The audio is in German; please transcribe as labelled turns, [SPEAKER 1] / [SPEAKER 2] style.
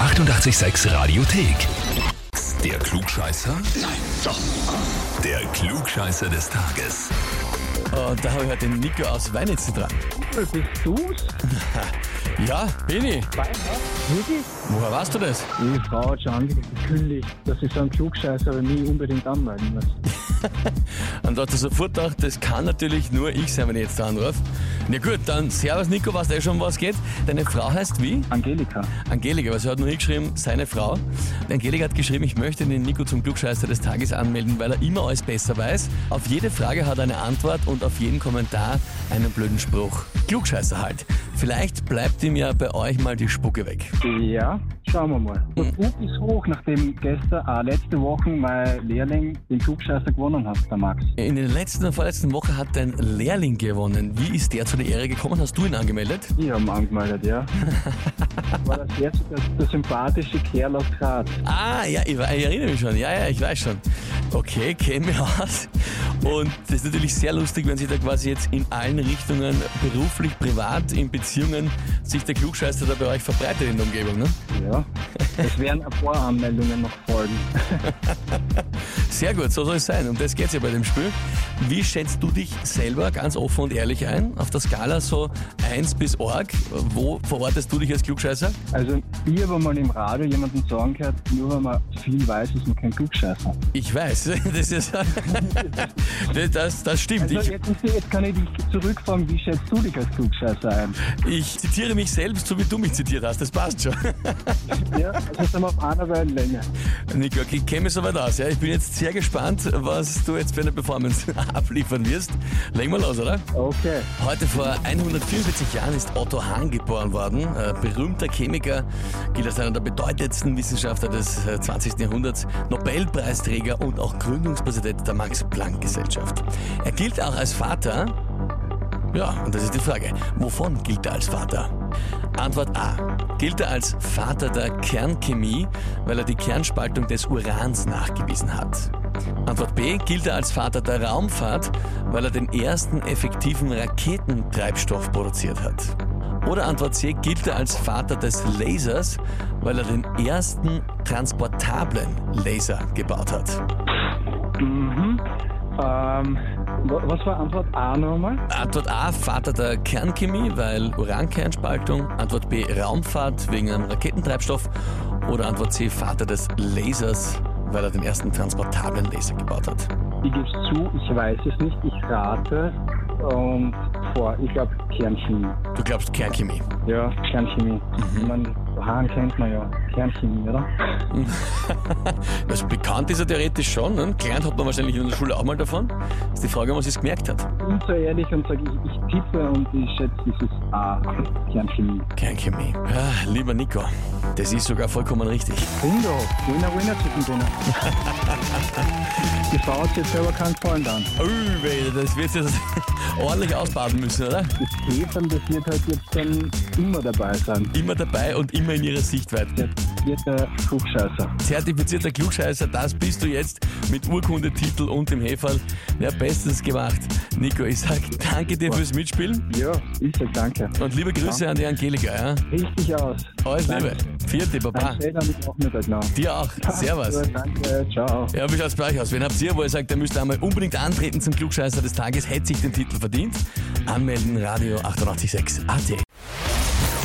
[SPEAKER 1] 886 Radiothek. Der Klugscheißer? Nein, doch. Der Klugscheißer des Tages.
[SPEAKER 2] Und da habe ich heute den Nico aus Weinitz dran.
[SPEAKER 3] Bist du's?
[SPEAKER 2] Ja, bin ich.
[SPEAKER 3] Wirklich?
[SPEAKER 2] Woher weißt du das?
[SPEAKER 3] Die Frau hat schon angekündigt, dass sie so einen Klugscheißer aber nie unbedingt anmelden wird.
[SPEAKER 2] Und da hat er sofort gedacht, das kann natürlich nur ich sein, wenn ich jetzt da anrufe. Na gut, dann servus Nico, weißt eh schon, was geht. Deine Frau heißt wie?
[SPEAKER 3] Angelika.
[SPEAKER 2] Angelika, weil sie hat nur hingeschrieben, seine Frau. Und Angelika hat geschrieben, ich möchte den Nico zum Klugscheißer des Tages anmelden, weil er immer alles besser weiß. Auf jede Frage hat er eine Antwort und auf jeden Kommentar einen blöden Spruch. Klugscheißer halt. Vielleicht bleibt ihm ja bei euch mal die Spucke weg.
[SPEAKER 3] Ja, schauen wir mal. Der Druck ist hoch, nachdem gestern, äh, letzte Woche mein Lehrling den Klugscheißer gewonnen hat, der Max.
[SPEAKER 2] In der letzten und vorletzten Woche hat dein Lehrling gewonnen. Wie ist der zu der Ehre gekommen? Hast du ihn angemeldet?
[SPEAKER 3] Ich habe ihn angemeldet, ja. War das jetzt der, der sympathische Kerl aus Graz?
[SPEAKER 2] Ah, ja, ich, wei- ich erinnere mich schon. Ja, ja, ich weiß schon. Okay, käme mir aus. Und das ist natürlich sehr lustig, wenn sich da quasi jetzt in allen Richtungen, beruflich, privat, in Beziehungen, sich der Klugscheißer da bei euch verbreitet in der Umgebung. Ne?
[SPEAKER 3] Ja. Es werden ein paar Anmeldungen noch folgen.
[SPEAKER 2] Sehr gut, so soll es sein. Und das geht's ja bei dem Spiel. Wie schätzt du dich selber ganz offen und ehrlich ein? Auf der Skala so 1 bis Org, wo verortest du dich als Klugscheißer?
[SPEAKER 3] Also, ich habe mal im Radio jemanden sagen gehört, nur wenn man viel weiß, ist man kein Klugscheißer.
[SPEAKER 2] Ich weiß, das ist. das, das, das stimmt.
[SPEAKER 3] Also
[SPEAKER 2] Ich,
[SPEAKER 3] jetzt, ist, jetzt kann ich dich zurückfragen, wie schätzt du dich als Klugscheißer ein?
[SPEAKER 2] ich zitiere mich selbst, so wie du mich zitiert hast. Das passt schon.
[SPEAKER 3] Ja, also sind wir auf einer Wellenlänge.
[SPEAKER 2] Nico, okay, ich kenne mich soweit aus. Ja? Ich bin jetzt sehr gespannt, was du jetzt für eine Performance abliefern wirst. Legen wir los, oder?
[SPEAKER 3] Okay.
[SPEAKER 2] Heute vor 144 Jahren ist Otto Hahn geboren worden. Äh, berühmter Chemiker, gilt als einer der bedeutendsten Wissenschaftler des äh, 20. Jahrhunderts, Nobelpreisträger und auch Gründungspräsident der Max-Planck-Gesellschaft. Er gilt auch als Vater. Ja, und das ist die Frage. Wovon gilt er als Vater? Antwort A. Gilt er als Vater der Kernchemie, weil er die Kernspaltung des Urans nachgewiesen hat? Antwort B. Gilt er als Vater der Raumfahrt, weil er den ersten effektiven Raketentreibstoff produziert hat? Oder Antwort C. Gilt er als Vater des Lasers, weil er den ersten transportablen Laser gebaut hat?
[SPEAKER 3] Mhm. Ähm, wa- was war Antwort A nochmal?
[SPEAKER 2] Antwort A, Vater der Kernchemie, weil Urankernspaltung. Antwort B, Raumfahrt wegen einem Raketentreibstoff. Oder Antwort C, Vater des Lasers, weil er den ersten transportablen Laser gebaut hat.
[SPEAKER 3] Ich gebe zu, ich weiß es nicht, ich rate und vor, ich glaube Kernchemie.
[SPEAKER 2] Du glaubst Kernchemie.
[SPEAKER 3] Ja, Kernchemie. Ich mein, Hahn kennt man ja. Kernchemie, oder?
[SPEAKER 2] Also bekannt ist er theoretisch schon. Ne? Gelernt hat man wahrscheinlich in der Schule auch mal davon. Ist die Frage, ob man es gemerkt hat.
[SPEAKER 3] Ich bin so ehrlich und sage, ich, ich tippe und ich schätze, es ist A, Kernchemie.
[SPEAKER 2] Kernchemie. Ah, lieber Nico, das ist sogar vollkommen richtig.
[SPEAKER 3] Bingo, Winner, Winner, Chicken Dinner. Die Frau hat sich jetzt selber keinen Freund an.
[SPEAKER 2] Übel, das wird jetzt ordentlich ausbaden müssen, oder?
[SPEAKER 3] Das Käfern, das wird halt jetzt dann immer dabei sein.
[SPEAKER 2] Immer dabei und immer in ihrer Sichtweite.
[SPEAKER 3] Jetzt wird der Klugscheißer.
[SPEAKER 2] Zertifizierter Klugscheißer, das bist du jetzt mit Urkunde, Titel und dem Heferl. Ja, bestens gemacht. Nico, ich sag danke dir fürs Mitspielen
[SPEAKER 3] Ja, ich sag danke.
[SPEAKER 2] und liebe Grüße an die Angelika. Ja?
[SPEAKER 3] Richtig aus.
[SPEAKER 2] Alles Liebe.
[SPEAKER 3] danke.
[SPEAKER 2] Vierte, Baba.
[SPEAKER 3] Dein Eltern ist auch mit genau.
[SPEAKER 2] Dir auch. Servus.
[SPEAKER 3] Danke, ciao.
[SPEAKER 2] Ja, wie schaut's bei euch aus? Wen habt ihr, wo ihr sagt, ihr müsst einmal unbedingt antreten zum Klugscheißer des Tages, hätte sich den Titel verdient? Anmelden, Radio 886 AT.